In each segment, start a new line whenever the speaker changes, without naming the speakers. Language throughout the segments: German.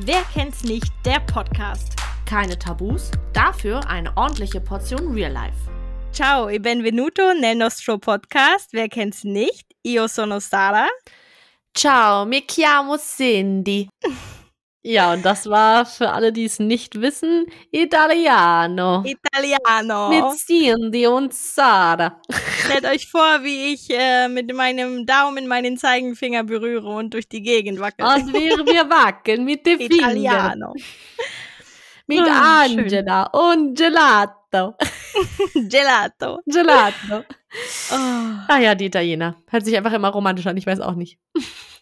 Wer kennt's nicht? Der Podcast.
Keine Tabus, dafür eine ordentliche Portion Real Life.
Ciao e benvenuto nel nostro podcast. Wer kennt's nicht? Io sono Sara.
Ciao, mi chiamo Cindy. ja, und das war für alle, die es nicht wissen, Italiano.
Italiano.
Mit Cindy und Sara.
Stellt euch vor, wie ich äh, mit meinem Daumen meinen Zeigenfinger berühre und durch die Gegend wackel.
Als wären wir wackeln mit den Fingern.
Italiano.
Mit
Ah, schön.
Angela und Gelato.
Gelato.
Gelato.
Oh,
Ah ja, die Italiener. Hört sich einfach immer romantisch an, ich weiß auch nicht.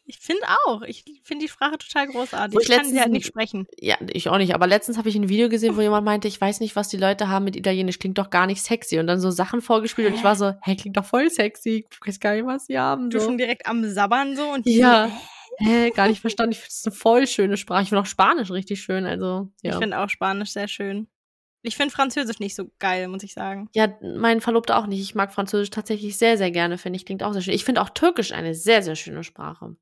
ich finde auch. Ich finde die Sprache total großartig.
Wo ich
Ich kann sie
letztens
halt
ein-
nicht sprechen.
Ja, ich auch nicht. Aber letztens habe ich ein Video gesehen, wo jemand meinte, ich weiß nicht, was die Leute haben mit Italienisch. Klingt doch gar nicht sexy. Und dann so Sachen vorgespielt und ich war so, hey, klingt doch voll sexy. Ich weiß gar nicht, was sie haben.
Du
So.
schon direkt am Sabbern so und die
Ja.
so,
Hä, gar nicht verstanden. Ich finde es eine voll schöne Sprache. Ich finde auch Spanisch richtig schön. Also,
Ich
ja.
finde auch Spanisch sehr schön. Ich finde Französisch nicht so geil, muss ich sagen.
Ja, mein Verlobter auch nicht. Ich mag Französisch tatsächlich sehr, sehr gerne, finde ich. Klingt auch sehr schön. Ich finde auch Türkisch eine sehr, sehr schöne Sprache.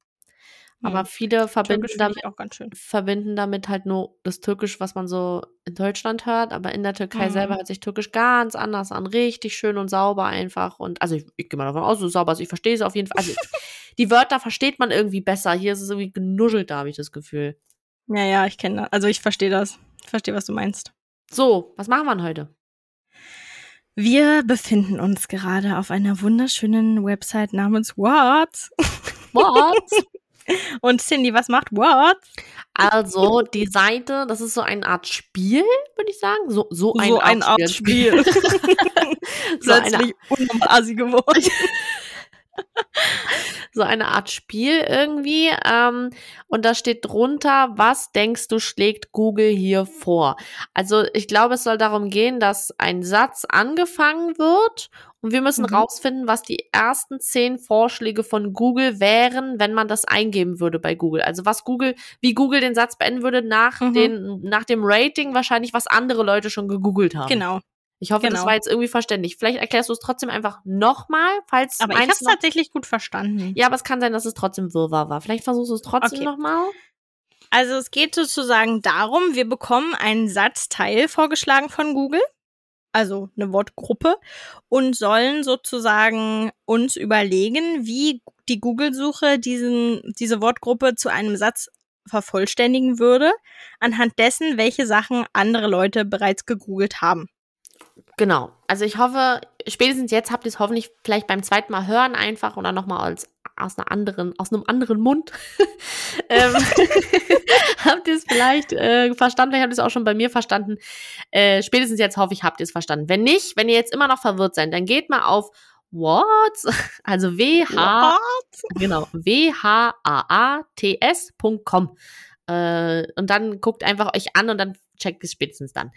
Aber
Hm.
viele verbinden
Türkisch finde
damit,
ich auch ganz schön.
verbinden damit halt nur das Türkisch, was man so in Deutschland hört. Aber in der Türkei
Mhm.
selber hört sich Türkisch ganz anders an. Richtig schön und sauber einfach. Und also ich, ich gehe mal davon aus, so sauber. Also ich verstehe es auf jeden Fall. Also die Wörter versteht man irgendwie besser. Hier ist es irgendwie genuschelt, da habe ich das Gefühl.
Ja, ja, ich kenne das. Also ich verstehe das. Ich verstehe, was du meinst.
So, was machen wir denn heute?
Wir befinden uns gerade auf einer wunderschönen Website namens What.
What?
Und Cindy, was macht What?
Also, die Seite, das ist so eine Art Spiel, würde ich sagen. So, so, eine
so ein
Art
Art Spiel.
so, eine,
Plötzlich unnormal assi geworden.
so eine Art Spiel irgendwie. Ähm, und da steht drunter, was denkst du, schlägt Google hier vor? Also, ich glaube, es soll darum gehen, dass ein Satz angefangen wird und wir müssen
Mhm.
rausfinden, was die ersten zehn Vorschläge von Google wären, wenn man das eingeben würde bei Google. Also, was Google, wie Google den Satz beenden würde nach,
Mhm.
den, nach dem Rating, wahrscheinlich, was andere Leute schon gegoogelt haben.
Genau.
Ich hoffe, das
Genau.
war jetzt irgendwie verständlich. Vielleicht erklärst du es trotzdem einfach nochmal, falls
Aber ich habe es
noch
tatsächlich gut verstanden.
Ja, aber es kann sein, dass es trotzdem Wirrwarr war. Vielleicht versuchst du es trotzdem
Okay.
nochmal.
Also es geht sozusagen darum, wir bekommen einen Satzteil vorgeschlagen von Google, also eine Wortgruppe, und sollen sozusagen uns überlegen, wie die Google-Suche diesen, diese Wortgruppe zu einem Satz vervollständigen würde, anhand dessen, welche Sachen andere Leute bereits gegoogelt haben.
Genau. Also ich hoffe, spätestens jetzt habt ihr es hoffentlich vielleicht beim zweiten Mal hören einfach oder nochmal als aus einer anderen, aus einem anderen Mund. ähm, habt ihr es vielleicht äh, verstanden? Vielleicht habt ihr es auch schon bei mir verstanden. Äh, spätestens jetzt hoffe ich, habt ihr es verstanden. Wenn nicht, wenn ihr jetzt immer noch verwirrt seid, dann geht mal auf what, also W-H. Genau, whaats.com. Äh, und dann guckt einfach euch an und dann checkt es spätestens dann.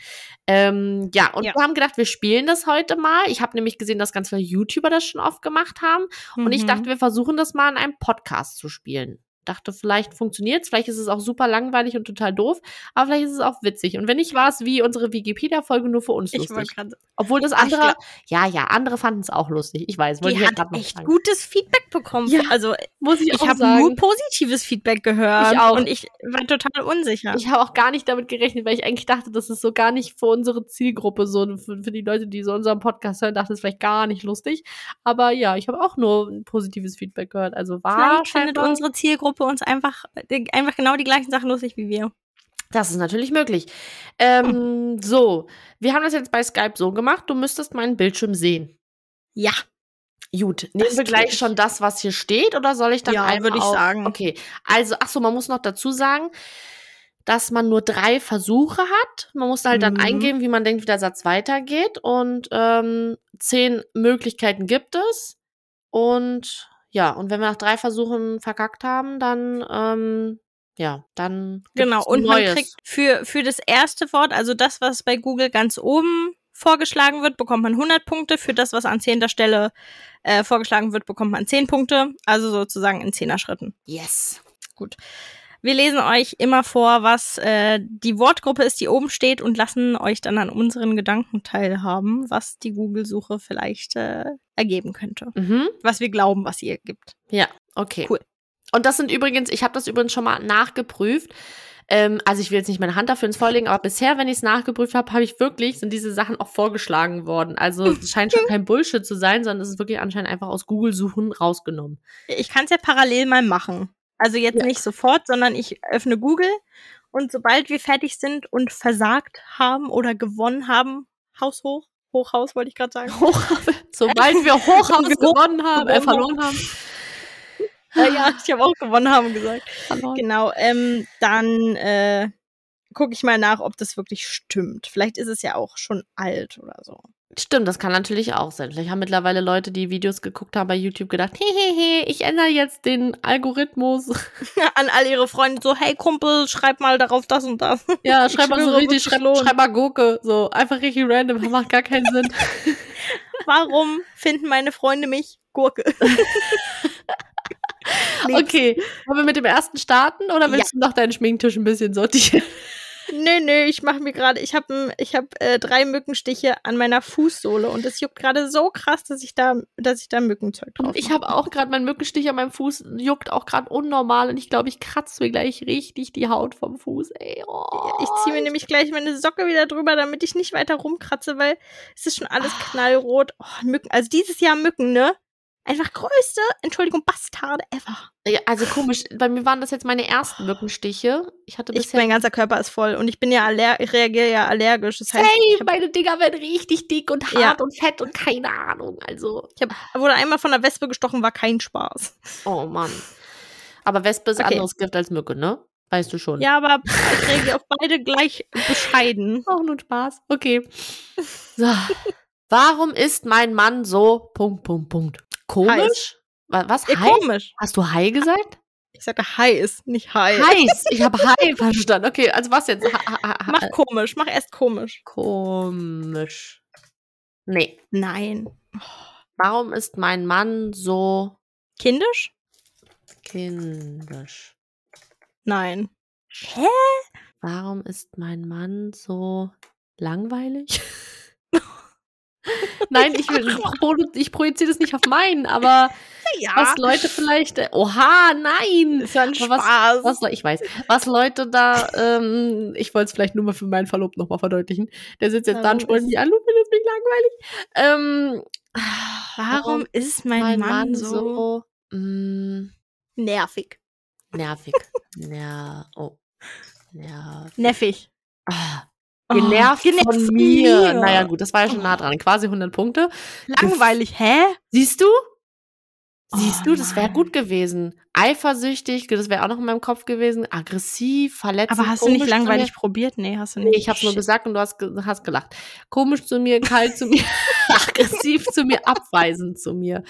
Ähm, ja, und
Ja.
wir haben gedacht, wir spielen das heute mal. Ich habe nämlich gesehen, dass ganz viele YouTuber das schon oft gemacht haben. Und ich
Mhm.
dachte, wir versuchen das mal in einem Podcast zu spielen. Dachte, vielleicht funktioniert's, vielleicht ist es auch super langweilig und total doof, aber vielleicht ist es auch witzig. Und wenn nicht, war es wie unsere Wikipedia-Folge nur für uns
ich wollte
lustig.
gerade
Obwohl das
Ach, ich
andere, ja, ja, andere fanden es auch lustig. Ich weiß, wollte
die
ich ja
hat
grad noch
echt
sagen.
gutes Feedback bekommen.
Ja.
Also
Muss ich,
Ich
auch
habe nur
sagen.
positives Feedback gehört.
Ich auch.
Und ich war total unsicher.
Ich habe auch gar nicht damit gerechnet, weil ich eigentlich dachte, das ist so gar nicht für unsere Zielgruppe, so für, für die Leute, die so unseren Podcast hören, dachte es vielleicht gar nicht lustig. Aber ja, ich habe auch nur ein positives Feedback gehört. Also war
Vielleicht findet
scheinbar-
unsere Zielgruppe uns einfach, einfach genau die gleichen Sachen lustig wie wir.
Das ist natürlich möglich. Ähm,
Hm.
So, wir haben das jetzt bei Skype so gemacht. Du müsstest meinen Bildschirm sehen.
Ja.
Gut, nehmen
Das
wir
tue
gleich
ich.
schon das, was hier steht, oder soll ich dann
Ja,
einmal
würde ich
auf-
sagen.
Okay, also ach so, man muss noch dazu sagen, dass man nur drei Versuche hat. Man muss halt dann
Mhm.
eingeben, wie man denkt, wie der Satz weitergeht und ähm, zehn Möglichkeiten gibt es. Und ja, und wenn wir nach drei Versuchen verkackt haben, dann ähm, ja, dann gibt's
Genau. Und man
Neues.
kriegt für, für das erste Wort, also das, was bei Google ganz oben vorgeschlagen wird, bekommt man 100 Punkte. Für das, was an zehnter Stelle äh, vorgeschlagen wird, bekommt man 10 Punkte. Also sozusagen in 10er Schritten.
yes.
Wir lesen euch immer vor, was äh, die Wortgruppe ist, die oben steht und lassen euch dann an unseren Gedanken teilhaben, was die Google-Suche vielleicht äh, ergeben könnte.
Mhm.
Was wir glauben, was ihr gibt.
Ja, okay.
Cool.
Und das sind übrigens, ich habe das übrigens schon mal nachgeprüft. Ähm, also ich will jetzt nicht meine Hand dafür ins Feuer legen, aber bisher, wenn ich es nachgeprüft habe, habe ich wirklich, sind diese Sachen auch vorgeschlagen worden. Also es scheint schon kein Bullshit zu sein, sondern es ist wirklich anscheinend einfach aus Google-Suchen rausgenommen.
Ich kann es ja parallel mal machen. Also jetzt
Ja.
nicht sofort, sondern ich öffne Google und sobald wir fertig sind und versagt haben oder gewonnen haben, Haus hoch, Hochhaus wollte ich gerade sagen.
Sobald wir Hochhaus
Hoch-
gewonnen haben, äh, verloren haben.
Äh, ja, ich habe auch gewonnen haben gesagt.
Verloren.
Genau, ähm, dann äh, gucke ich mal nach, ob das wirklich stimmt. Vielleicht ist es ja auch schon alt oder so.
Stimmt, das kann natürlich auch sein. Vielleicht haben mittlerweile Leute, die Videos geguckt haben bei YouTube, gedacht, hehehe, ich ändere jetzt den Algorithmus.
An all ihre Freunde so, hey Kumpel, schreib mal darauf das und das.
Ja,
Ich
schreib mal so
schwöre,
richtig,
wird sich
schreib,
lohnen.
schreib mal Gurke. So, einfach richtig random, macht gar keinen Sinn.
Warum finden meine Freunde mich Gurke? Lieb's.
Okay, wollen wir mit dem ersten starten oder willst du noch deinen Schminktisch ein bisschen sortieren?
Nö, nö, ich mache mir gerade, ich habe ich hab, äh, drei Mückenstiche an meiner Fußsohle und es juckt gerade so krass, dass ich da, dass ich da Mückenzeug drauf
Ich habe auch gerade meinen Mückenstich an meinem Fuß, juckt auch gerade unnormal und ich glaube, ich kratze mir gleich richtig die Haut vom Fuß. Ey, oh.
Ich ziehe mir nämlich gleich meine Socke wieder drüber, damit ich nicht weiter rumkratze, weil es ist schon alles knallrot. Oh, Mücken, also dieses Jahr Mücken, ne? Einfach größte, Entschuldigung, Bastarde ever.
Ja, also komisch, bei mir waren das jetzt meine ersten Mückenstiche. Oh. Ich hatte
Ich,
bisher.
mein ganzer Körper ist voll und ich bin ja aller ich reagiere ja allergisch. Das heißt, ich hab,
meine Dinger werden richtig dick und
Ja.
hart und fett und keine Ahnung. Also,
ich hab, wurde einmal von einer Wespe gestochen, war kein Spaß.
oh Mann. Aber Wespe ist
Okay.
anderes Gift als Mücke, ne? Weißt du schon.
Ja, aber ich reagiere auf beide gleich bescheiden.
Auch nur Spaß. Okay. So. Warum ist mein Mann so Punkt, Punkt, Punkt? Komisch? Wa- Was?
Ja,
Hei?
komisch.
Hast du Hai gesagt?
Ich sagte heiß, nicht heiß.
Heiß. Ich habe Hai verstanden. Okay, also was jetzt? Ha, ha, ha, ha.
Mach komisch, mach erst komisch.
komisch. Nee.
Nein.
Warum ist mein Mann so
Kindisch?
kindisch?
Nein. Hä?
Warum ist mein Mann so langweilig? Nein, ich, will- ich projiziere das nicht auf meinen, aber
Ja.
was Leute vielleicht. äh, Ah. Oha, nein!
ist ja ein
Aber was-
Spaß.
Was, Le- ich weiß, was Leute da, ähm, ich wollte es vielleicht nur mal für meinen Verlobten nochmal verdeutlichen. Der sitzt jetzt da
Warum
und spricht
ist-
mich an, du findest mich langweilig. Ähm,
Warum ist mein, Mann, so
mm,
nervig?
nervig? Ner oh. Ner
Nervig.
ah,
Oh,
genervt von mir. Naja, gut, das war ja schon
Oh.
nah dran. Quasi 100 Punkte.
Langweilig, hä?
Siehst du? Siehst
Oh,
du, das wäre
Mann.
gut gewesen. Eifersüchtig, das wäre auch noch in meinem Kopf gewesen. Aggressiv, verletzend.
Aber hast du nicht
komisch zu mir.
langweilig probiert? Nee, hast du
Nee,
nicht.
ich hab's nur
Shit.
gesagt und du hast, ge hast gelacht. Komisch zu mir, kalt zu mir, aggressiv zu mir, abweisend zu mir.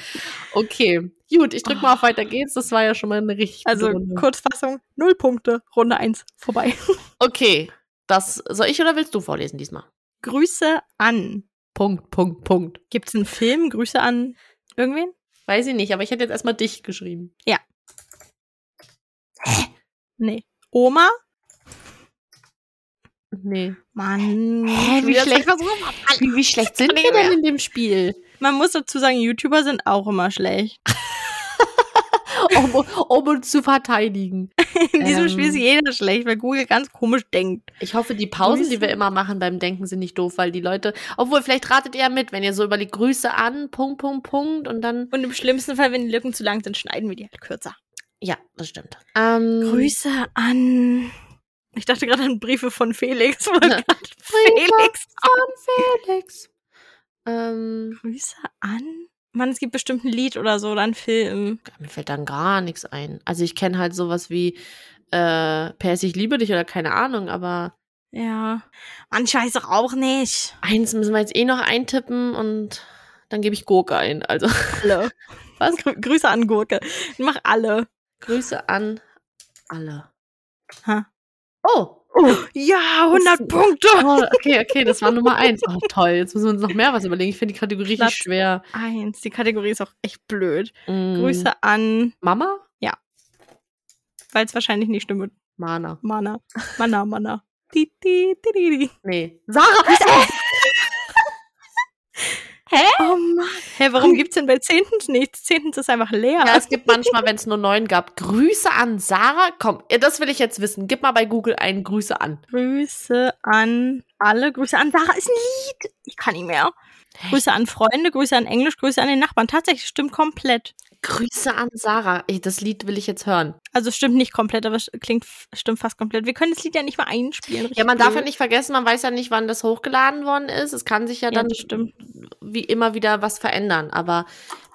Okay, gut, ich drück mal auf weiter geht's. Das war ja schon mal eine richtig
Oh. Also,
gute Runde.
Kurzfassung, null Punkte, Runde 1, vorbei.
Okay, das soll ich oder willst du vorlesen diesmal?
Grüße an.
Punkt, Punkt, Punkt.
Gibt's einen Film? Grüße an irgendwen?
Weiß ich nicht, aber ich hätte jetzt erstmal dich geschrieben.
Nee. Oma?
Nee.
Mann.
Hä,
schon
wie
wieder zwei
schlecht-
Versuche auf einmal.
Wie, wie schlecht sind
kann ich
wir
nicht
denn in dem Spiel?
Man muss dazu sagen, YouTuber sind auch immer schlecht.
Um, um uns zu verteidigen.
In diesem
Ähm.
Spiel ist jeder schlecht, weil Google ganz komisch denkt.
Ich hoffe, die Pausen, die
Grüße.
wir immer machen beim Denken, sind nicht doof, weil die Leute, obwohl, vielleicht ratet ihr ja mit, wenn ihr so überlegt, Grüße an, Punkt, Punkt, Punkt und dann.
Und im schlimmsten Fall, wenn die Lücken zu lang sind, schneiden wir die halt kürzer.
Ja, das stimmt. Ähm,
Mhm. Grüße an. Ich dachte gerade an Briefe von Felix. weil
Ne.
gerade
Briefe.
Felix.
an Felix. Ähm,
Grüße an. Mann, es gibt bestimmt ein Lied oder so oder einen Film.
mir fällt dann gar nichts ein. Also ich kenne halt sowas wie äh, Pers, ich liebe dich oder keine Ahnung, aber
Ja. Mann, scheiße auch nicht.
eins müssen wir jetzt eh noch eintippen und dann gebe ich Gurke ein. Also
Alle.
Was?
Grü Grüße an Gurke. Mach alle.
Grüße an alle.
Ha.
Oh,
Ja, 100
Das-
Punkte.
Oh, okay, okay, das war Nummer eins. Oh, toll, jetzt müssen wir uns noch mehr was überlegen. Ich finde die Kategorie
Platz-
richtig schwer.
Eins. Die Kategorie ist auch echt blöd.
Mm,
Grüße an,
Mama?
weil es wahrscheinlich nicht stimmt.
Mana.
Mana. Mana, Mana. Di, di, di, di, di.
Nee. Sarah!
Hä? Oh Mann. Hä, warum gibt's denn bei Zehntens nichts? Zehntens ist einfach leer.
Ja, es gibt manchmal, wenn es nur neun gab, Grüße an Sarah. Komm, das will ich jetzt wissen. Gib mal bei Google einen Grüße an.
Grüße an alle. Grüße an Sarah ist ein Lied. Ich kann nicht mehr. Grüße an Freunde, Grüße an Englisch, Grüße an den Nachbarn. Tatsächlich stimmt komplett.
Grüße an Sarah. Ey, das Lied will ich jetzt hören.
Also stimmt nicht komplett, aber es klingt stimmt fast komplett. Wir können das Lied ja nicht mal einspielen.
Ja,
richtig
man darf ja
blöd.
nicht vergessen, man weiß ja nicht, wann das hochgeladen worden ist. Es kann sich ja
Ja,
dann
das stimmt.
wie immer wieder was verändern. Aber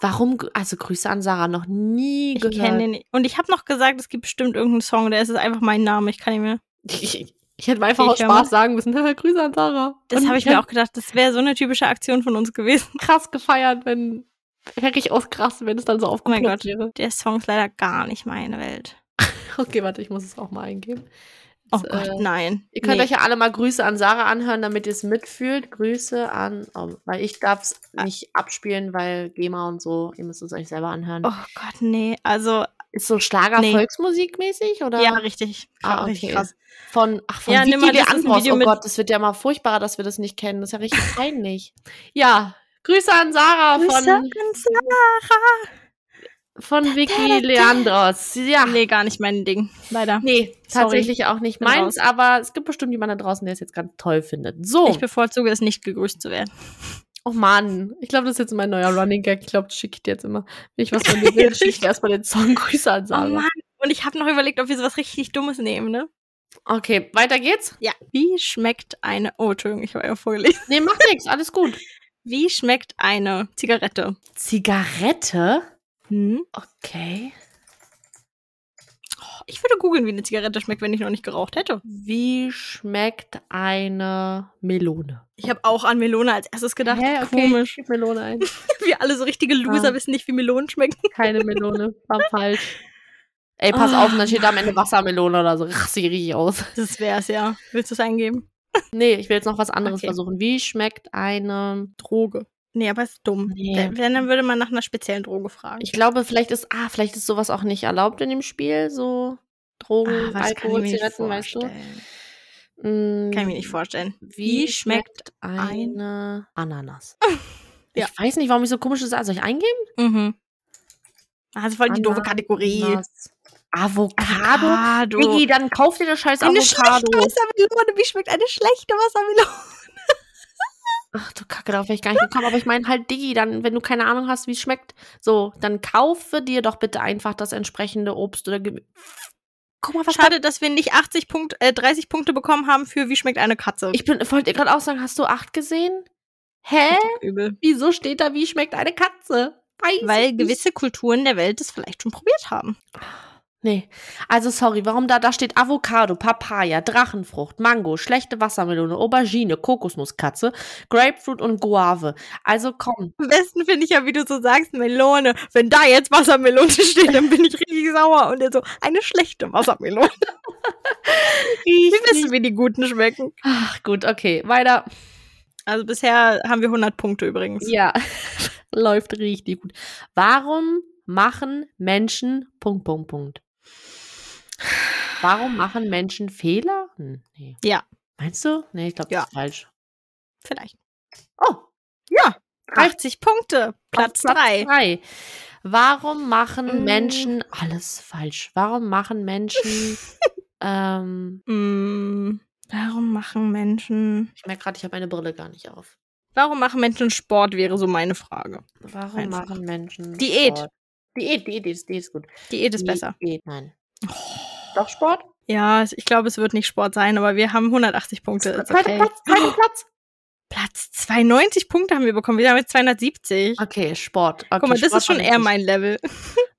warum? gr- Also Grüße an Sarah noch nie
Ich
gehört.
kenne den nicht. Und ich habe noch gesagt, es gibt bestimmt irgendeinen Song, der ist es einfach mein Name. Ich kann nicht mehr.
Ich, ich hätte mal einfach
Okay,
aus
ich hör mal.
Spaß sagen müssen, Grüße an Sarah.
Das
Und
habe ich mir auch gedacht. Das wäre so eine typische Aktion von uns gewesen.
krass gefeiert, wenn hätte ich ausgerastet, wenn es dann so
Oh mein
aufgeploppt wäre.
Der Song ist leider gar nicht meine Welt.
Okay, warte, ich muss es auch mal eingeben.
Oh
Das, äh,
Gott, nein.
Ihr könnt
Nee.
euch ja alle mal Grüße an Sarah anhören, damit ihr es mitfühlt. Grüße an, oh, weil ich darf es
Ah.
nicht abspielen, weil GEMA und so, ihr müsst es euch selber anhören.
Oh Gott, nee. Also,
Ist so Schlager
Nee.
Volksmusikmäßig oder?
ja, richtig.
Ah, okay.
Richtig krass.
Von, ach, von
Ja, nimm
Vicky
mal
de
dieses
Andros.
Video
Oh
mit.
Gott, das wird ja mal furchtbarer, dass wir das nicht kennen. Das ist ja richtig peinlich. Ja, Grüße an Sarah
Grüße
von,
an Sarah.
von Vicky Leandros. Ja.
Nee, gar nicht mein Ding. Leider.
Nee,
Sorry.
tatsächlich auch nicht
Bin
meins, aber es gibt bestimmt jemanden da draußen, der es jetzt ganz toll findet. So.
Ich bevorzuge es nicht, gegrüßt zu werden.
Oh Mann, ich glaube, das ist jetzt mein neuer Running Gag. Ich glaube, das schicke ich dir jetzt immer. Wenn ich was von dir will, schicke ich dir erstmal den Song Grüße an
Oh
Sarah.
Mann. Und ich habe noch überlegt, ob wir sowas richtig Dummes nehmen, ne?
okay, weiter geht's.
Ja. Wie schmeckt eine. Oh, Entschuldigung, ich war ja vorgelesen.
Nee, macht nichts, alles gut.
Wie schmeckt eine Zigarette?
Zigarette?
Hm?
Okay.
Oh, ich würde googeln, wie eine Zigarette schmeckt, wenn ich noch nicht geraucht hätte.
Wie schmeckt eine Melone?
Ich habe auch an Melone als erstes gedacht.
Hä, okay,
Komisch.
ich geb Melone ein.
Wir alle so richtige Loser
Ah.
wissen nicht, wie Melonen schmecken.
Keine Melone, war falsch. Ey, pass auf,
Ah.
dann steht da am Ende Wassermelone oder so. Ach, sie riecht aus.
Das wär's ja. Willst du es eingeben?
Nee, ich will jetzt noch was anderes
Okay.
versuchen. Wie schmeckt eine.
Droge. Nee, aber ist dumm.
Nee.
Wenn, dann würde man nach einer speziellen Droge fragen.
Ich glaube, vielleicht ist, ah, vielleicht ist sowas auch nicht erlaubt in dem Spiel, so
ah,
Drogen, Alkohol, Zigaretten, weißt du? Mm,
Kann ich mir nicht vorstellen.
Wie
Wie schmeckt
schmeckt eine Ananas?
Ja.
Ich weiß nicht, warum ich so komische Sachen. Soll ich eingeben?
Mhm. Also voll die doofe Kategorie.
Ananas. Avocado?
Avocado.
Diggi, dann kauf dir das scheiß
Eine schlechte
Avocado.
Wassermelone. Wie schmeckt eine schlechte Wassermelone?
Ach du Kacke, darauf wäre ich gar nicht gekommen. Aber ich meine halt, Diggi, dann, wenn du keine Ahnung hast, wie es schmeckt, so, dann kaufe dir doch bitte einfach das entsprechende Obst oder Gemüse. Guck mal, was da
Schade, dass wir nicht 80 Punkt, äh, 30 Punkte bekommen haben für wie schmeckt eine Katze.
Ich bin, wollte gerade auch sagen, hast du acht gesehen? Hä?
übel.
Wieso steht da, wie schmeckt eine Katze? Weiß ich
Weil
nicht.
gewisse Kulturen der Welt das vielleicht schon probiert haben.
Nee. Also sorry, warum da? Da steht Avocado, Papaya, Drachenfrucht, Mango, schlechte Wassermelone, Aubergine, Kokosnusskatze, Grapefruit und Guave. Also komm.
Am besten finde ich ja, wie du so sagst, Melone. Wenn da jetzt Wassermelone steht, dann bin ich richtig sauer. Und er so, eine schlechte Wassermelone. Wir wissen, wie die guten schmecken.
Ach gut, okay. Weiter.
Also bisher haben wir 100 Punkte übrigens.
Ja. Läuft richtig gut. Warum machen Menschen Punkt, Punkt, Punkt? Warum machen Menschen Fehler? Hm, nee.
Ja.
Meinst du? Nee, ich glaube,
Ja.
das ist falsch.
Vielleicht.
Oh,
Ja.
Ach.
80 Ah. Punkte. Platz 3.
drei. Warum machen
Mm.
Menschen alles falsch? Warum machen Menschen. ähm,
Hm, warum machen Menschen.
ich merke gerade, ich habe meine Brille gar nicht auf.
Warum machen Menschen Sport, wäre so meine Frage.
Warum
Einfach.
machen Menschen.
Diät.
Sport? Diät, Diät, Diät, Diät ist gut.
Diät ist besser. Oh.
Diät, nein. Doch Sport?
Ja, ich glaube, es wird nicht Sport sein, aber wir haben 180 Punkte. Ist
Zweiter
okay.
Platz, zweiter Platz.
Platz 92 Punkte haben wir bekommen. Wir haben jetzt 270.
Okay, Sport. Okay,
Guck mal, das
Sport
ist schon
war
eher
richtig.
mein Level.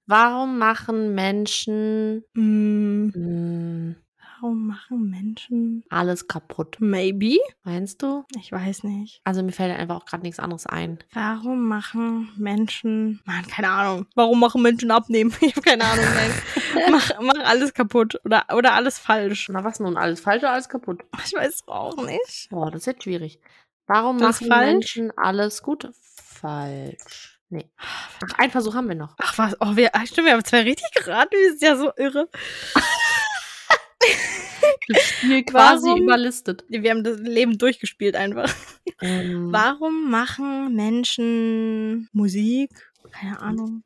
Warum machen Menschen
Hm,
mm,
warum machen Menschen
alles kaputt?
Maybe?
Meinst du?
Ich weiß nicht.
Also mir fällt einfach auch gerade nichts anderes ein.
Warum machen Menschen. Mann, keine Ahnung. Warum machen Menschen abnehmen? Ich habe keine Ahnung. Nein. mach, mach alles kaputt oder, oder alles falsch.
Na was nun? Alles falsch oder alles kaputt?
Ich weiß auch nicht.
Boah, das ist jetzt schwierig. Warum
Das
machen
falsch?
Menschen alles gut? Falsch. Nee. Ach, einen Versuch haben wir noch.
Ach was, oh, wir, ach, stimmt, wir haben zwei richtig geraten. Wir sind ja so irre.
das Spiel quasi
Warum?
überlistet.
Wir haben das Leben durchgespielt einfach.
Ähm,
Warum machen Menschen Musik? Keine Ahnung.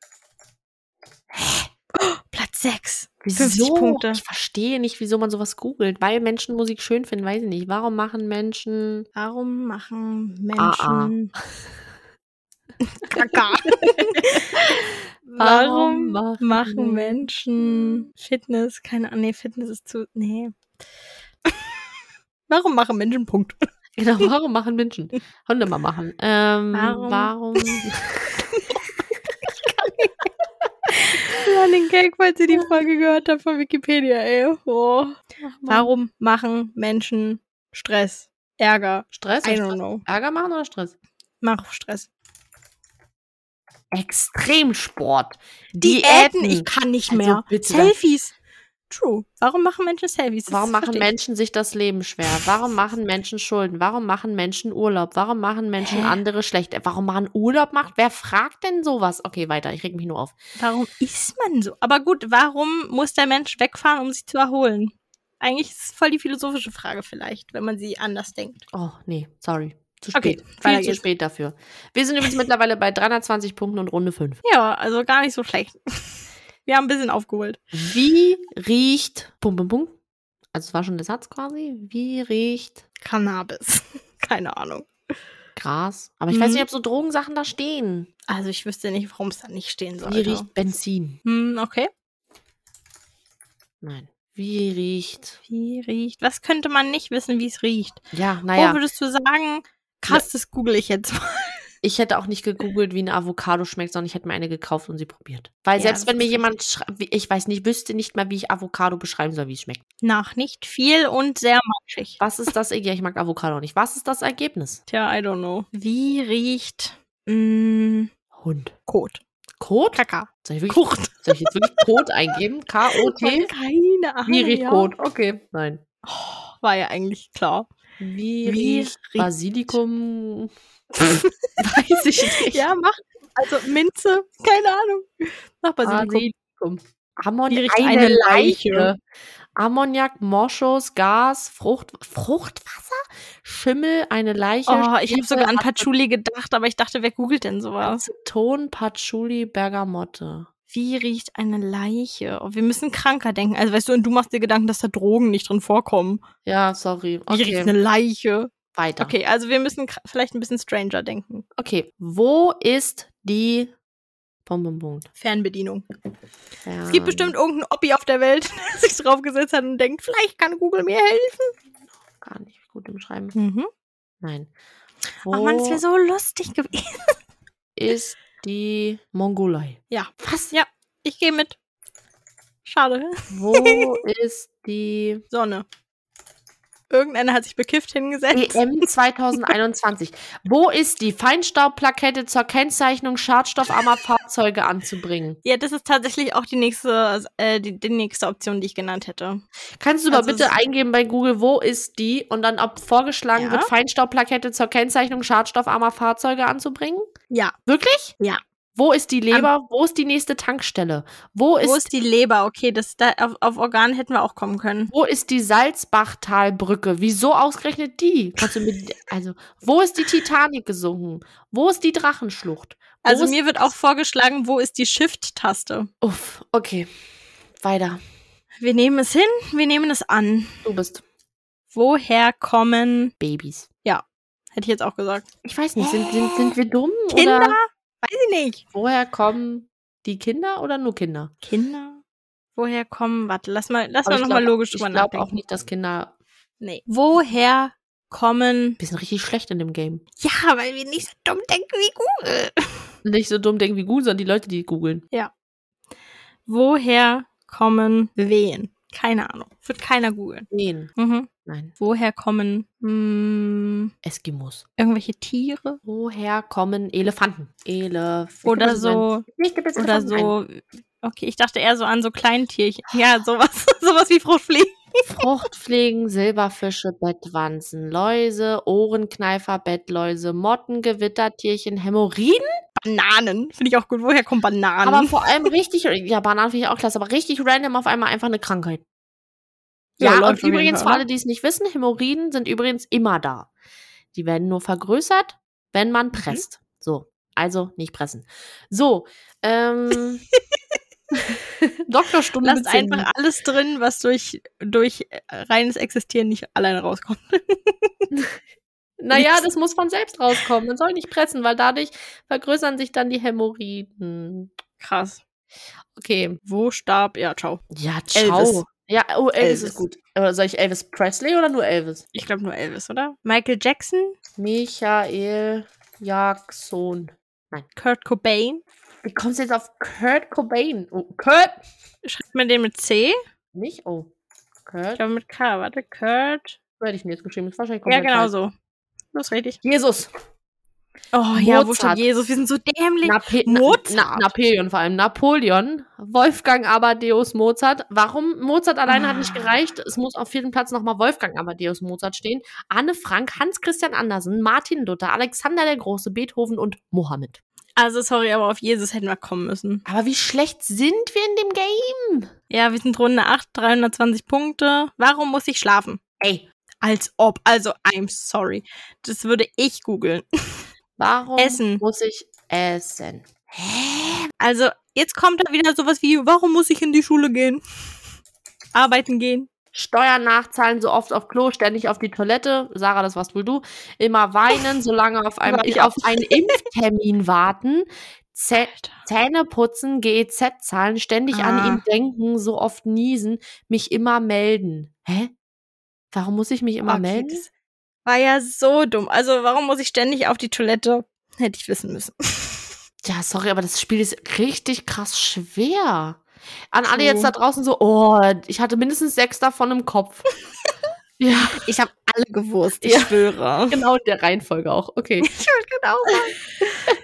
Hä? Oh, Platz 6. 50 Punkte.
Ich verstehe nicht, wieso man sowas googelt. Weil Menschen Musik schön finden, weiß ich nicht. Warum machen Menschen.
Warum machen
Ah,
Menschen Kaka? Warum
machen
machen Menschen Fitness? Keine Ahnung, nee, Fitness ist zu. Nee. Warum machen Menschen Punkt?
Genau, warum machen Menschen? Hunde mal machen. Ähm,
Warum?
warum?
Ja, den Gag, falls ihr die Folge gehört habt von Wikipedia, ey. Oh. Warum machen Menschen Stress? Ärger?
Stress?
I
und
don't
Stress?
know.
Ärger machen oder Stress?
Mach Stress.
Extremsport.
ich kann nicht
Also
mehr.
bitte.
Selfies. True. Warum machen Menschen Selfies? Das
Warum machen
verstehe ich.
Menschen sich das Leben schwer? Warum machen Menschen Schulden? Warum machen Menschen Urlaub? Warum machen Menschen
Hä?
andere schlecht? Warum man Urlaub macht? Wer fragt denn sowas? Okay, weiter. Ich reg mich nur auf.
Warum ist man so? Aber gut, warum muss der Mensch wegfahren, um sich zu erholen? Eigentlich ist es voll die philosophische Frage vielleicht, wenn man sie anders denkt.
Oh, nee, sorry. Zu
Okay,
spät.
weiter
Viel zu
geht's.
spät dafür. Wir sind übrigens mittlerweile bei 320 Punkten und Runde 5.
Ja, also gar nicht so schlecht. Wir haben ein bisschen aufgeholt.
Wie riecht. Pum, pum, pum. Also, es war schon der Satz quasi. Wie riecht
Cannabis. Keine Ahnung.
Gras? Aber ich
Mhm.
weiß nicht, ob so Drogensachen da stehen.
Also ich wüsste nicht, warum es da nicht stehen sollte.
Wie riecht Benzin?
Hm, okay.
Nein. Wie riecht.
Wie riecht? Was könnte man nicht wissen, wie es riecht?
Ah, Ja,
Wo
naja.
würdest du sagen, krass, das google ich jetzt mal.
Ich hätte auch nicht gegoogelt, wie ein Avocado schmeckt, sondern ich hätte mir eine gekauft und sie probiert. Weil
Ja, das
selbst wenn mir
ist
jemand schreibt, ich weiß nicht, wüsste nicht mal, wie ich Avocado beschreiben soll, wie es schmeckt.
Nach nicht viel und sehr matschig.
Was ist das? Ja, ich mag Avocado nicht. Was ist das Ergebnis?
Tja, I don't know. Wie riecht mh,
Hund.
Kot?
Kot?
Kaka.
Soll ich, wirklich,
Kurt.
soll ich jetzt wirklich Kot eingeben? K-O-T?
Keine Ahnung.
Wie riecht
ja.
Kot? Okay. Nein.
Oh, war ja eigentlich klar.
Wie,
Wie
riecht
riecht-
Basilikum? weiß ich nicht.
Ja, mach. Also Minze, keine Ahnung. Nach Basilikum.
Basilikum. Ammon
Wie riecht
eine,
eine
Leiche.
Leiche?
Ammoniak, Moschus, Gas, Frucht, Fruchtwasser, Schimmel, eine Leiche.
Oh, ich habe
Schwefel,
sogar an Patchouli gedacht, aber ich dachte, wer googelt denn sowas?
Aceton, Patchouli, Bergamotte.
Wie riecht eine Leiche? Oh, wir müssen kranker denken. Also weißt du, und du machst dir Gedanken, dass da Drogen nicht drin vorkommen.
Ja, sorry.
Wie riecht
Okay,
eine Leiche?
weiter. Okay.
Okay, also wir müssen kr- vielleicht ein bisschen stranger denken.
wo ist die Bum, bum, bum.
Fernbedienung.
Ja.
Es gibt bestimmt irgendeinen Oppi auf der Welt, der sich draufgesetzt hat und denkt, vielleicht kann Google mir helfen.
Gar nicht gut im Schreiben.
Mhm. Oh.
Nein.
Ach man, es
Wo
wäre so lustig gewesen.
ist die Mongolei?
Ja.
Was?
Ja. Ich gehe mit. Schade.
Wo ist die
Sonne. Irgendeiner hat sich bekifft hingesetzt.
EM 2021. Wo ist die Feinstaubplakette zur Kennzeichnung schadstoffarmer Fahrzeuge anzubringen?
Ja, das ist tatsächlich auch die nächste, äh, die, die nächste Option, die ich genannt hätte.
Kannst du mal
Also es-
bitte eingeben bei Google, wo ist die und dann ob vorgeschlagen
Ja.
wird, Feinstaubplakette zur Kennzeichnung schadstoffarmer Fahrzeuge anzubringen?
Ja.
Wirklich?
Ja.
Wo ist die Leber? wo ist die nächste Tankstelle? Wo
Wo
ist,
ist die Leber? Okay, das da auf, auf Organ hätten wir auch kommen können.
wo ist die Salzbachtalbrücke? Wieso ausgerechnet die? Kannst du mit, also, wo ist die Titanic gesunken? Wo ist die Drachenschlucht? Wo
Also
ist
mir wird auch vorgeschlagen, wo ist die Shift-Taste?
Uff, okay. Weiter.
Wir nehmen es hin, wir nehmen es an.
Du bist
Woher kommen,
Babys.
hätte ich jetzt auch gesagt.
Ich weiß nicht, sind, sind, sind wir dumm
Kinder?
oder
Weiß ich nicht.
woher kommen die Kinder oder nur Kinder?
Kinder? Woher kommen, warte, lass mal, lass
Aber
mal
ich
nochmal
glaub-
logisch
Ich
drüber
glaube auch
nachdenken.
nicht, dass Kinder.
Nee. Woher kommen,
Wir sind richtig schlecht in dem Game.
ja, weil wir nicht so dumm denken wie Google.
Nicht so dumm denken wie Google, sondern die Leute, die googeln.
Woher kommen Wehen? Keine Ahnung. Wird keiner googeln.
Nein.
Mhm.
Nein.
Woher kommen mh,
Eskimos.
irgendwelche Tiere
Woher kommen Elefanten? Elef.
oder so
Ich gebe jetzt
oder
Elefanten ein.
so? Okay, ich dachte eher so an so Kleintierchen. Ja, sowas, sowas wie Fruchtfliegen.
Fruchtfliegen, Silberfische, Bettwanzen, Läuse, Ohrenkneifer, Bettläuse, Motten, Gewittertierchen, Hämorrhoiden.
Bananen finde ich auch gut. Woher kommen Bananen?
Aber vor allem richtig, ja, Bananen finde ich auch klasse, aber richtig random auf einmal einfach eine Krankheit.
Ja,
Ja, und
läuft auf jeden
übrigens,
Fall,
für
ne?
alle, die es nicht wissen, Hämorrhoiden sind übrigens immer da. Die werden nur vergrößert, wenn man presst. So, also nicht pressen. So, ähm. Doktorstunde
Lasst
mit Cindy.
einfach alles drin, was durch, durch äh, reines Existieren nicht alleine rauskommt.
Naja,
Nix.
das muss von selbst rauskommen. Man soll nicht pressen, weil dadurch vergrößern sich dann die Hämorrhoiden.
Krass.
Okay.
Wo starb? Ja, ciao.
Ja, ciao.
Elvis.
Ja, oh, Elvis,
Elvis.
ist gut. Aber soll ich Elvis Presley oder nur Elvis?
Ich glaube nur Elvis, oder? Michael Jackson,
Michael Jackson.
Kurt Cobain.
Wie kommst du jetzt auf Kurt Cobain? Oh, Kurt!
Schreibt man den mit C?
Nicht? Oh.
Ich
Kurt?
glaube mit K. Warte, Kurt.
So hätte ich ihn jetzt geschrieben. Ist wahrscheinlich
Ja,
komplett
genau
falsch.
so. Das ist richtig.
Jesus.
Oh ja, wo
Mozart.
steht Jesus? Wir sind so dämlich.
Nape
Mozart.
Na, Napoleon vor allem. Napoleon. Wolfgang Amadeus Mozart. Warum? Mozart alleine hat nicht
Ah.
gereicht. Es muss auf jedem Platz nochmal Wolfgang Amadeus Mozart stehen. Anne Frank, Hans Christian Andersen, Martin Luther, Alexander der Große, Beethoven und Mohammed.
Also, sorry, aber auf Jesus hätten wir kommen müssen.
Aber wie schlecht sind wir in dem Game?
Ja, wir sind Runde 8, 320 Punkte. Warum muss ich schlafen?
Ey,
Als ob. Also, I'm sorry. Das würde ich googeln.
warum
Essen.
muss ich essen?
Also, jetzt kommt da wieder sowas wie, warum muss ich in die Schule gehen? Arbeiten gehen.
Steuern nachzahlen, so oft auf Klo, ständig auf die Toilette. Sarah, das warst wohl du. Immer weinen, solange auf, einem,
War ich
auf einen Impftermin warten. Zä Zähne putzen, GEZ zahlen, ständig
Ah.
an ihn denken, so oft niesen, mich immer melden. Hä? Warum muss ich mich immer
Okay,
melden?
das war ja so dumm. Also, warum muss ich ständig auf die Toilette? Hätte ich wissen müssen.
Ja, sorry, aber das Spiel ist richtig krass schwer. An alle
True.
jetzt da draußen so, oh, ich hatte mindestens sechs davon im Kopf. ja,
Ich habe alle gewusst,
Ja.
schwöre.
genau in der Reihenfolge auch. Okay.
genau.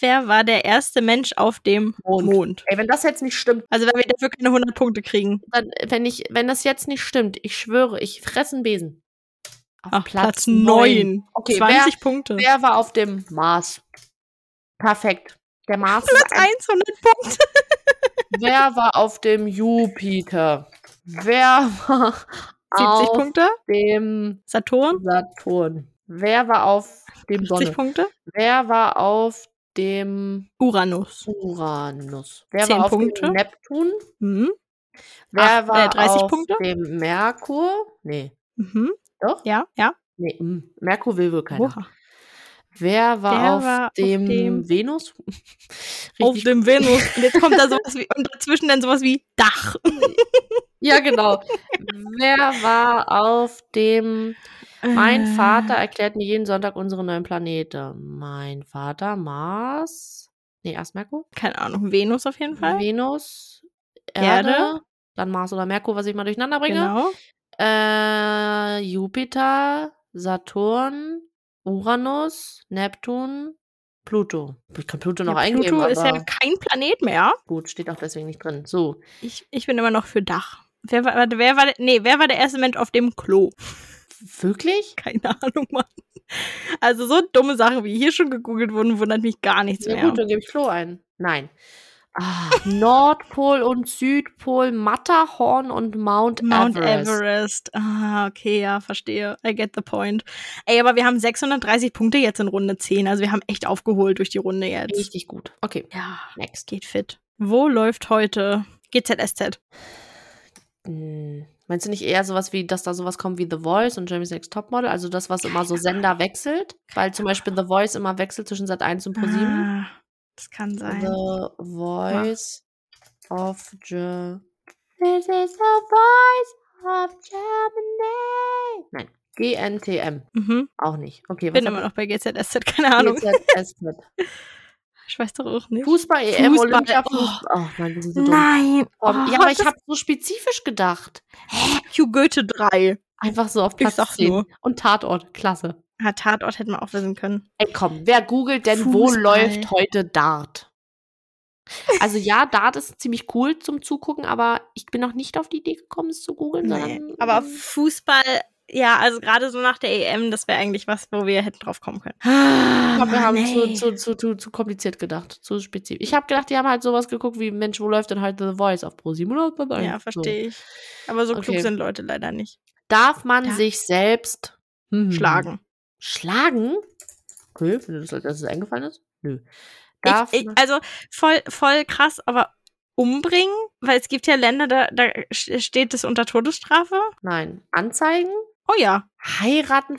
Wer war der erste Mensch auf dem Mond?
Mond. Ey, wenn das jetzt nicht stimmt,
Also wenn wir dafür keine 100 Punkte kriegen.
dann, wenn ich, wenn das jetzt nicht stimmt, ich schwöre, ich fresse einen Besen. Auf
Ach, Platz, neun. 9.
Okay,
20 Punkte.
Wer, wer war auf dem Mars? Perfekt. Der Mars. ist ein,
100 Punkte.
wer war auf dem Jupiter? Wer war
70
auf
Punkte.
dem
Saturn.
Saturn? Wer war auf dem
70
Sonne?
Punkte.
Wer war auf dem
Uranus.
Uranus? Wer
Zehn
war auf
Punkte.
dem Neptun?
Mhm.
Wer
Acht, äh,
war
30
auf
Punkte?
dem Merkur? Nee,
Mhm.
doch?
Ja, ja.
Nee, mm, Merkur will wohl keiner.
Oha.
Wer war
Wer
auf,
war auf
dem
dem-
Venus?
Auf
Richtig-
dem Venus. Und jetzt kommt da sowas wie, und dazwischen dann sowas wie Dach.
Ja, genau. Wer war auf dem
Äh.
Mein Vater erklärt mir jeden Sonntag unsere neuen Planete. Mein Vater, Mars. Nee, erst Merkur.
Keine Ahnung, Venus auf jeden Fall.
Venus,
Erde.
Erde, dann Mars oder Merkur, was ich mal durcheinander bringe.
Genau.
Äh, Jupiter, Saturn, Uranus, Neptun, Pluto. Ich kann Pluto noch
Ja,
eingeben,
Pluto ist
aber
ja kein Planet mehr.
gut, steht auch deswegen nicht drin. So,
Ich, ich bin immer noch für Dach. Wer war, warte, wer, war, der- nee, wer war der erste Mensch auf dem Klo?
wirklich?
Keine Ahnung, Mann. Also so dumme Sachen, wie hier schon gegoogelt wurden, wundert mich gar nichts
Ja,
mehr.
gut, dann gebe ich Klo ein. Nein. Ah, Nordpol und Südpol, Matterhorn und Mount,
Mount
Everest.
Everest. Ah, okay, ja, verstehe. I get the point. Ey, aber wir haben 630 Punkte jetzt in Runde 10. Also wir haben echt aufgeholt durch die Runde jetzt.
Richtig gut. Okay,
Ja,
next.
geht fit. Wo läuft heute GZSZ?
Hm, Meinst du nicht eher sowas wie, dass da sowas kommt wie The Voice und Jeremy's Next Topmodel? Also das, was immer so Sender wechselt? Weil zum Beispiel The Voice immer wechselt zwischen Sat 1 und Pro Also, 7.
Ah, das kann sein.
The Voice of Ge This is the Voice of Germany. Nein, GNTM.
Mhm.
Auch nicht. Okay,
Bin
hab
immer noch bei GZSZ, keine Ahnung.
GZSZ.
Ich weiß doch auch nicht.
Fußball, EM,
Fußball,
Olympia,
oh.
Fußball. Oh, nein, wir sind so dumm.
Nein. Oh,
Um, ja, aber ich habe so spezifisch gedacht.
Hugh Goethe 3.
Einfach so auf
Ich
Platz
sag's
10.
nur.
Und Tatort, klasse.
Ja, Tatort hätten wir auch wissen können.
Ey, komm, wer googelt denn, wo
Fußball.
läuft heute Dart? Also ja, Dart ist ziemlich cool zum Zugucken, aber ich bin noch nicht auf die Idee gekommen, es zu googeln,
Nee.
sondern ähm,
Aber Fußball ja, also gerade so nach der EM, das wäre eigentlich was, wo wir hätten drauf kommen können.
Ich glaube, wir
Mann,
haben
ey.
zu, zu, zu, zu, zu kompliziert gedacht, zu spezifisch. Ich habe gedacht, die haben halt sowas geguckt wie, Mensch, wo läuft denn halt The Voice auf Pro 7 oder Pro
Ja, verstehe ich. Aber so klug
Okay.
sind Leute leider nicht.
So. Darf man
Ja.
sich selbst hm,
Schlagen.
Schlagen? Okay, wenn du das als erstes eingefallen ist? Nö. Darf
ich, ich,
man-
also voll, voll krass, aber umbringen, weil es gibt ja Länder, da, da sch- steht es unter Todesstrafe.
Nein. Anzeigen?
Oh ja.
Heiraten,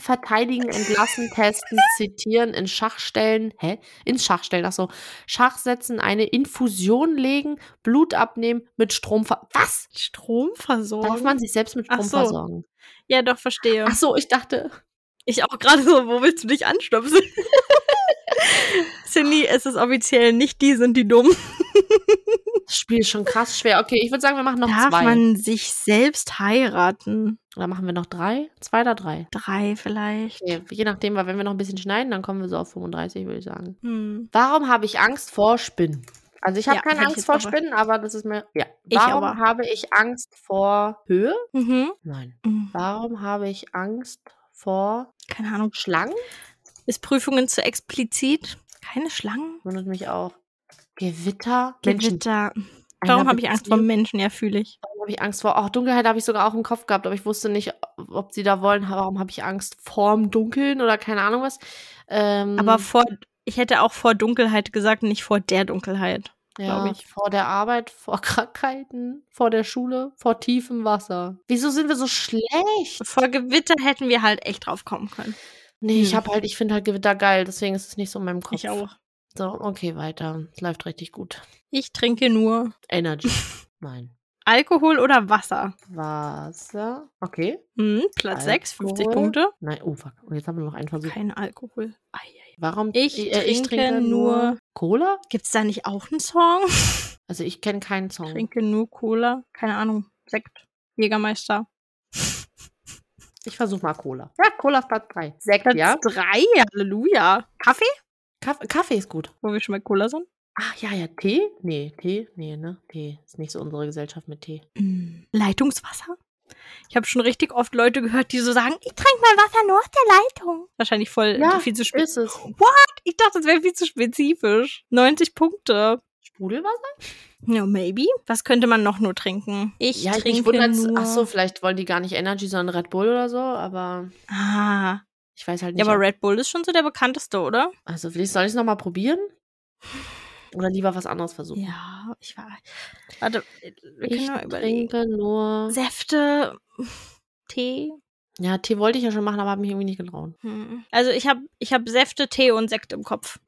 verteidigen, entlassen, testen, zitieren, in Schach stellen, hä? Ins Schach stellen, ach so. Schach setzen, eine Infusion legen, Blut abnehmen, mit Strom ver... Was? Darf
Stromversorgung.
man sich selbst mit
Ach
Strom
so.
versorgen?
ja, doch, verstehe.
Ach so, ich dachte...
Ich auch gerade so, wo willst du dich anstöpseln? Cindy, es ist offiziell nicht die, sind die dumm.
Das Spiel ist schon krass schwer. Okay, ich würde sagen, wir machen noch
Darf
zwei.
man sich selbst heiraten?
Oder machen wir noch drei? Zwei oder drei?
Drei vielleicht.
Okay, je nachdem, weil wenn wir noch ein bisschen schneiden, dann kommen wir so auf 35, würde ich sagen.
Hm.
Warum habe ich Angst vor Spinnen? Also ich habe
Ja,
keine
hätte ich
Angst
jetzt
vor
auch was.
Spinnen, aber das ist mir... Ja.
Ich
Warum
aber.
habe ich Angst vor Höhe?
Mhm.
Nein.
Mhm.
Warum habe ich Angst vor
Keine Ahnung.
Schlangen?
Ist Prüfungen zu explizit? Keine Schlangen?
Wundert mich auch. Gewitter?
Gewitter. Warum habe ich Angst vor
Menschen?
Menschen? Ja, fühle ich.
Warum habe ich Angst vor? Auch Dunkelheit habe ich sogar auch im Kopf gehabt, aber ich wusste nicht, ob sie da wollen. Warum habe ich Angst vorm Dunkeln oder keine Ahnung was? Ähm,
Aber vor, ich hätte auch vor Dunkelheit gesagt, nicht vor der Dunkelheit.
ja,
glaub ich.
vor der Arbeit, vor Krankheiten, vor der Schule, vor tiefem Wasser. Wieso sind wir so schlecht?
Vor Gewitter hätten wir halt echt drauf kommen können.
Nee, ich
Hm.
habe halt, ich finde halt Gewitter geil, deswegen ist es nicht so in meinem Kopf.
Ich auch.
So, okay, weiter. Es läuft richtig gut.
Ich trinke nur
Energy. Nein.
Alkohol oder Wasser.
Wasser. Okay.
Hm, Platz 6, 50
Alkohol. Also
Punkte.
Nein, oh fuck. Und jetzt haben wir noch einen Versuch.
Kein Alkohol. Ei,
Warum? äh,
Ich trinke nur-
Cola?
Gibt es da nicht auch einen Song?
Also ich kenne keinen Song.
Trinke nur Cola. Keine Ahnung. Sekt. Jägermeister.
Ich versuche mal Cola. Ja, Cola auf Platz 3. Sekt,
Platz
ja.
3, Halleluja. Kaffee?
Kaff Kaffee ist gut.
Wo wir schon bei Cola sind?
Ah, ja, ja. Tee? Nee, Tee? Nee, ne? Tee. Ist nicht so unsere Gesellschaft mit Tee.
Mm, Leitungswasser? Ich habe schon richtig oft Leute gehört, die so sagen, ich trinke mein Wasser nur aus der Leitung. Wahrscheinlich voll äh,
Ja,
viel zu spät.
Ist es
Ich dachte, das wäre viel zu spezifisch. 90 Punkte.
Sprudelwasser?
Ja, maybe. Was könnte man noch nur trinken? Ich
ja, ich
trinke
mich wundert,
nur...
ach so, vielleicht wollen die gar nicht Energy, sondern Red Bull oder so, aber
Ah.
ich weiß halt nicht.
Ja, aber
ob-
Red Bull ist schon so der bekannteste, oder?
also, vielleicht soll ich es nochmal probieren? Oder lieber was anderes versuchen?
Ja, ich war. Warte, wir
ich
können mal überlegen.
trinke nur.
Säfte, Tee.
Ja, Tee wollte ich ja schon machen, aber habe mich irgendwie nicht getraut.
Hm. Also ich habe ich hab Säfte, Tee und Sekt im Kopf.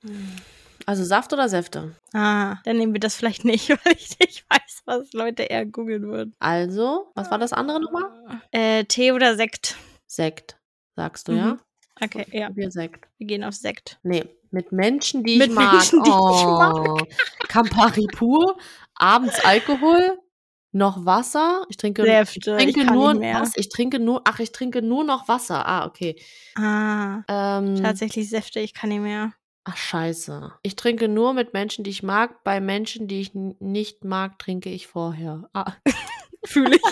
Also Saft oder Säfte?
Ah, dann nehmen wir das vielleicht nicht, weil ich nicht weiß, was Leute eher googeln würden.
Also, was war das andere nochmal?
Äh, Tee oder Sekt.
Sekt, sagst du,
Mhm.
ja?
Okay, ja,
Probier Sekt.
wir gehen auf Sekt.
Nee, mit Menschen, die
Mit
ich mag.
Menschen, die ich
oh. Campari pur, abends Alkohol, noch Wasser. Ich trinke,
Säfte,
ich trinke
ich kann
nur
nicht mehr.
Was, ich trinke nur, ach, ich trinke nur noch Wasser. Ah, okay.
Ah,
Ähm,
tatsächlich Säfte, ich kann nicht mehr.
Ach, scheiße. Ich trinke nur mit Menschen, die ich mag. Bei Menschen, die ich n- nicht mag, trinke ich vorher. Ah.
Fühle ich.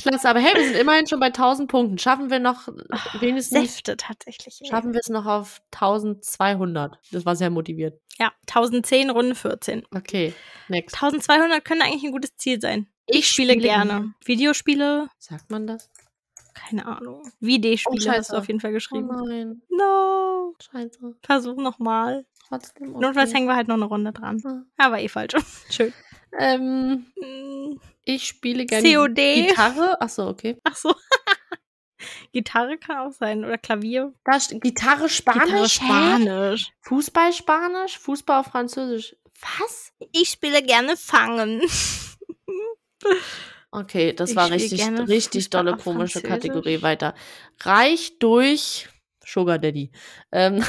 Klasse, aber hey, wir sind immerhin schon bei 1000 Punkten. Schaffen wir noch
Ah,
wenigstens,
Säfte tatsächlich. ey.
schaffen wir es noch auf 1200. Das war sehr motiviert.
Ja, 1010, Runde 14.
Okay, next.
1200 können eigentlich ein gutes Ziel sein.
Ich
Spiele gerne. Videospiele?
Sagt man das?
Keine Ahnung. Videospiele
Oh,
hast du
scheiße.
auf jeden Fall
Oh
geschrieben.
nein,
no.
scheiße.
Versuch nochmal.
Trotzdem.
Notfalls
Okay.
hängen wir halt noch eine Runde dran.
Ah.
Aber eh falsch. Schön.
Ähm,
Mm,
ich spiele gerne
COD.
Gitarre. Achso, okay.
Ach so. Gitarre kann auch sein. Oder Klavier.
Da st- Gitarre Spanisch.
Gitarre
hä?
Spanisch.
Fußball Spanisch, Fußball Französisch. Was?
Ich spiele gerne Fangen.
Okay, das
Ich
war
spiel
richtig,
gerne
richtig
Fußball
dolle
auf
komische
Französisch.
Kategorie weiter. Reich durch Sugar Daddy. Ähm,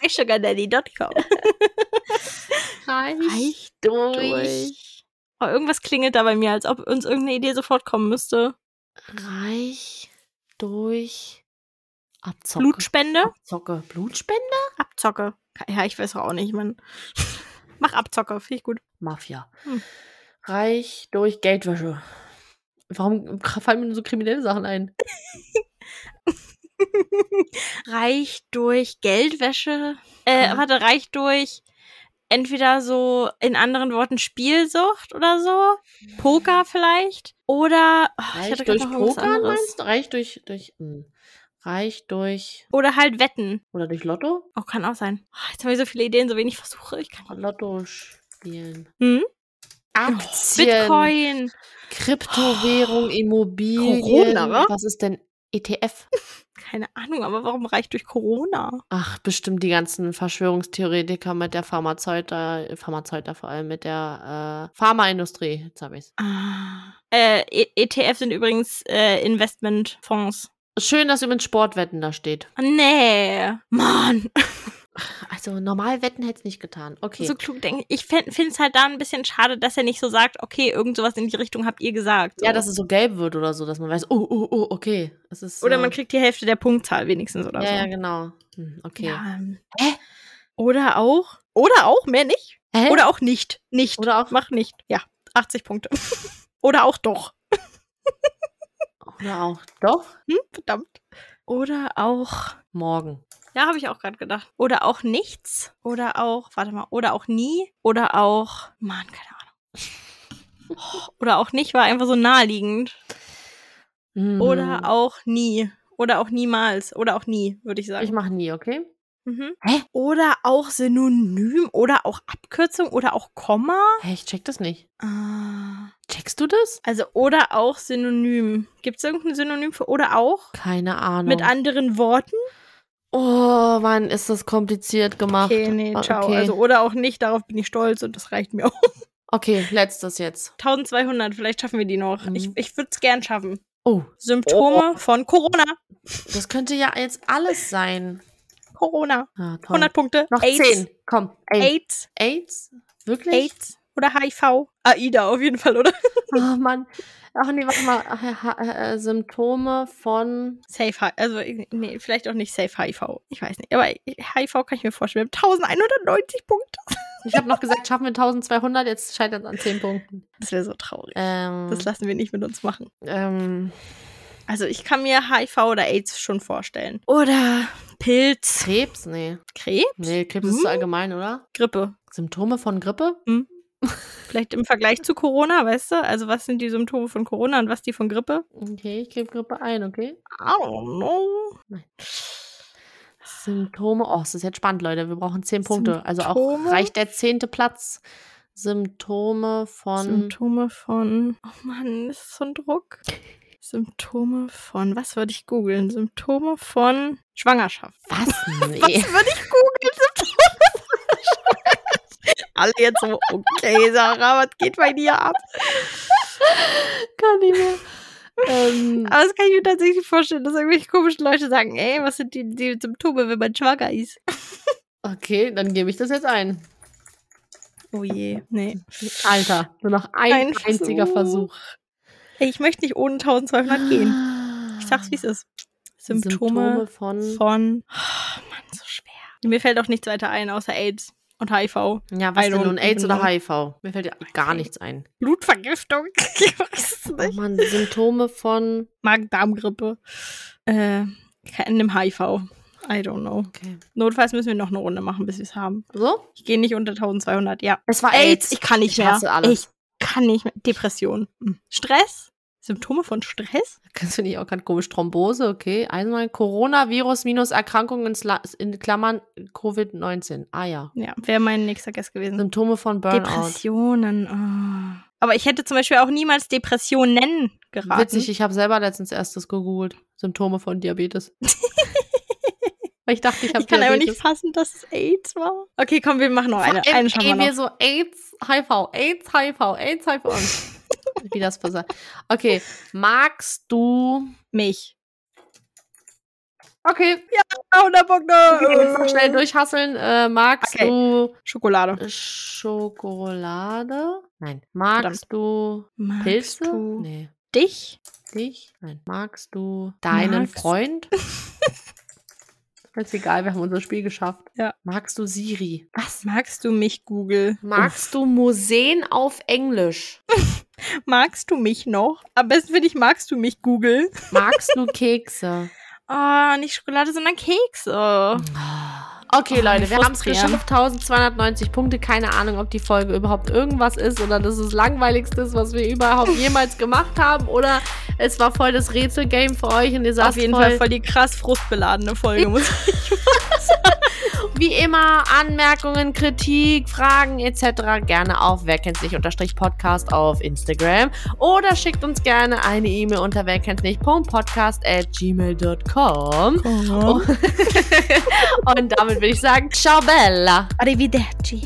MySugarDaddy.com.
reich,
Reich
durch,
durch. Oh, irgendwas klingelt da bei mir, als ob uns irgendeine Idee sofort kommen müsste.
Reich durch Abzocke.
Blutspende?
Abzocke. Blutspende?
Abzocke. Ja, ich weiß auch nicht. Man. Mach Abzocke. Finde ich gut.
Mafia.
Hm.
Reich durch Geldwäsche. Warum fallen mir nur so kriminelle Sachen ein?
reich durch Geldwäsche. Äh,
Ah.
warte, reich durch entweder so, in anderen Worten, Spielsucht oder so. Poker vielleicht. Oder oh, ich
Reich
hatte grad
durch
noch irgendwas
Poker
anderes.
meinst du? Reich durch, durch, hm. reich durch,
Oder halt Wetten.
oder durch Lotto?
Auch kann auch sein. Oh, jetzt haben wir so viele Ideen, so wenig Versuche. Ich kann
Lotto spielen.
Hm? Oh,
Aktien,
Bitcoin.
Kryptowährung, Immobilien.
Corona, wa?
Was ist denn E ETF?
Keine Ahnung, aber warum reich durch Corona?
Ach, bestimmt die ganzen Verschwörungstheoretiker mit der Pharmazeuter, Pharmazeuter vor allem, mit der äh, Pharmaindustrie. Jetzt habe ich's.
Ah. Äh, E- ETF sind übrigens äh, Investmentfonds.
Schön, dass übrigens Sportwetten da steht.
Ah, Nee, Mann.
Also normal Wetten hätte es nicht getan. Okay.
So klug denken. Ich finde es halt da ein bisschen schade, dass er nicht so sagt, okay, irgend sowas in die Richtung habt ihr gesagt. So.
ja, dass es so gelb wird oder so, dass man weiß, oh, oh, oh, okay. Es ist,
oder
äh,
man kriegt die Hälfte der Punktzahl wenigstens oder
Ja,
so.
ja, genau. Hm, okay.
Ja, ähm,
Hä?
Oder auch. Oder auch, mehr nicht.
Hä?
Oder auch nicht. Nicht.
Oder auch-
Mach nicht. Ja, 80 Punkte. oder auch doch.
oder auch doch?
Verdammt. Oder auch.
Morgen.
Ja, habe ich auch gerade gedacht. Oder auch nichts. Oder auch, warte mal, oder auch nie. Oder auch, Mann, keine Ahnung. Oder auch nicht war einfach so naheliegend.
Hm.
Oder auch nie. Oder auch niemals. Oder auch nie, würde ich
Ich
sagen.
mache nie, okay?
Mhm.
Hä?
Oder auch Synonym. Oder auch Abkürzung. Oder auch Komma.
Hä, ich check das nicht.
Ah.
Checkst du das?
Also oder auch Synonym. Gibt es irgendein Synonym für oder auch?
Keine Ahnung.
Mit anderen Worten?
Oh, Mann, ist das kompliziert gemacht.
Okay, nee,
Ah,
ciao.
Okay,
Also oder auch nicht, darauf bin ich stolz und das reicht mir auch.
okay letztes jetzt.
1200, vielleicht schaffen wir die noch.
Mhm.
Ich, ich würde es gern schaffen.
Oh,
Symptome von Corona.
das könnte ja jetzt alles sein.
Corona.
Ah, toll.
100 Punkte.
Noch
AIDS.
zehn. Komm. AIDS.
AIDS.
AIDS? Wirklich?
AIDS. Oder HIV. AIDA auf jeden Fall, oder?
Oh, Mann. Ach nee, warte mal. Ach, ja, ha- äh, Symptome von.
Safe HIV. Also, nee, vielleicht auch nicht Safe HIV. Ich weiß nicht. Aber HIV kann ich mir vorstellen. Wir haben 1190 Punkte.
Ich habe noch gesagt, schaffen wir 1200, jetzt scheitert es an 10 Punkten.
Das wäre so traurig.
Ähm,
Das lassen wir nicht mit uns machen.
ähm,
Also ich kann mir HIV oder AIDS schon vorstellen. Oder Pilz,
Krebs? Nee.
Krebs,
Nee, Krebs ist
Hm?
zu allgemein, oder?
Grippe.
Symptome von Grippe?
Vielleicht im Vergleich zu Corona, weißt du? Also was sind die Symptome von Corona und was die von Grippe?
Okay, ich gebe Grippe ein, okay?
I don't know.
Symptome. Oh, es ist jetzt spannend, Leute. Wir brauchen zehn Punkte. Also
Symptome?
auch reicht der zehnte Platz. Symptome von.
Symptome von. Oh Mann, das ist so ein Druck. Symptome von. Was würde ich googeln? Symptome von Schwangerschaft.
Was? Nee.
würde ich googeln? Symptome. Alle jetzt so, okay, Sarah, was geht bei dir ab?
Kann nicht mehr. ähm,
Aber das kann ich mir tatsächlich vorstellen, dass irgendwelche komischen Leute sagen, ey, was sind die, die Symptome, wenn man schwanger ist?
okay, dann gebe ich das jetzt ein.
Oh je, nee.
Alter, nur noch ein
Ein
einziger
Versuch.
Versuch.
Ey, ich möchte nicht ohne 1200 gehen. Ich sag's, wie es ist. Symptome,
von.
von... Oh, Mann, so schwer. Mir fällt auch nichts weiter ein, außer AIDS und HIV.
Ja, was
I
denn
don't
nun? AIDS
even
oder HIV? Mir fällt ja gar nichts ein.
Blutvergiftung. ich weiß es
Oh
nicht.
Mann, Symptome von.
Magen-Darm-Grippe. Äh, in dem HIV. I don't know.
Okay.
Notfalls müssen wir noch eine Runde machen, bis wir es haben.
So?
Ich gehe nicht unter 1200, ja.
Es war
AIDS, ich kann nicht
Ah, Ich
mehr.
hasse
Ich
alles.
kann nicht mehr. Depression. Hm. Stress? Symptome von Stress?
Das finde ich auch ganz komisch. Thrombose, okay. Einmal Coronavirus minus Erkrankung in, Sla- in Klammern Covid-19. Ah ja.
Ja, wäre mein nächster Guest gewesen.
Symptome von Burnout.
Depressionen. ah. Aber ich hätte zum Beispiel auch niemals Depressionen geraten.
Witzig, ich habe selber letztens erstes gegoogelt. Symptome von Diabetes. Weil ich dachte, ich habe
Ich kann aber
Diabetes.
nicht fassen, dass es AIDS war. Okay, komm, wir machen noch eine.
Vor allem,
Eine schaffen
ey,
wir
wir
noch.
so AIDS, HIV, AIDS, HIV, AIDS, HIV. Wie das besser. Okay, magst du.
Mich.
Okay,
Ah,
Oh,
100
okay, noch
Punkte.
schnell durchhasseln. Äh, magst
Okay.
du.
Schokolade.
Schokolade? Nein. Magst du
Magst
Pilze?
du
Nee.
dich?
Dich? Nein. Magst du deinen
Magst-
Freund? Ist egal, wir haben unser Spiel geschafft.
Ja.
Magst du Siri?
Was? Magst du mich, Google?
Magst du Museen auf Englisch?
Uff. Magst du mich noch? Am besten finde ich, magst du mich, Google.
Magst du Kekse?
Oh, nicht Schokolade, sondern Kekse.
Okay,
Oh,
Leute, wir haben es
frustrierend.
geschafft. 1290 Punkte. Keine Ahnung, ob die Folge überhaupt irgendwas ist oder das ist das Langweiligste, ist, was wir überhaupt jemals gemacht haben. Oder es war voll das Rätselgame für euch und ihr saßt
Auf jeden
voll
Fall voll die krass frustbeladene Folge. muss-
Wie immer, Anmerkungen, Kritik, Fragen etc. gerne auf wer kennt sich unterstrich Podcast auf Instagram oder schickt uns gerne eine E-Mail unter wer kennt nicht Podcast at gmail.com.
Oh.
Und damit würde ich sagen, ciao Bella.
Arrivederci.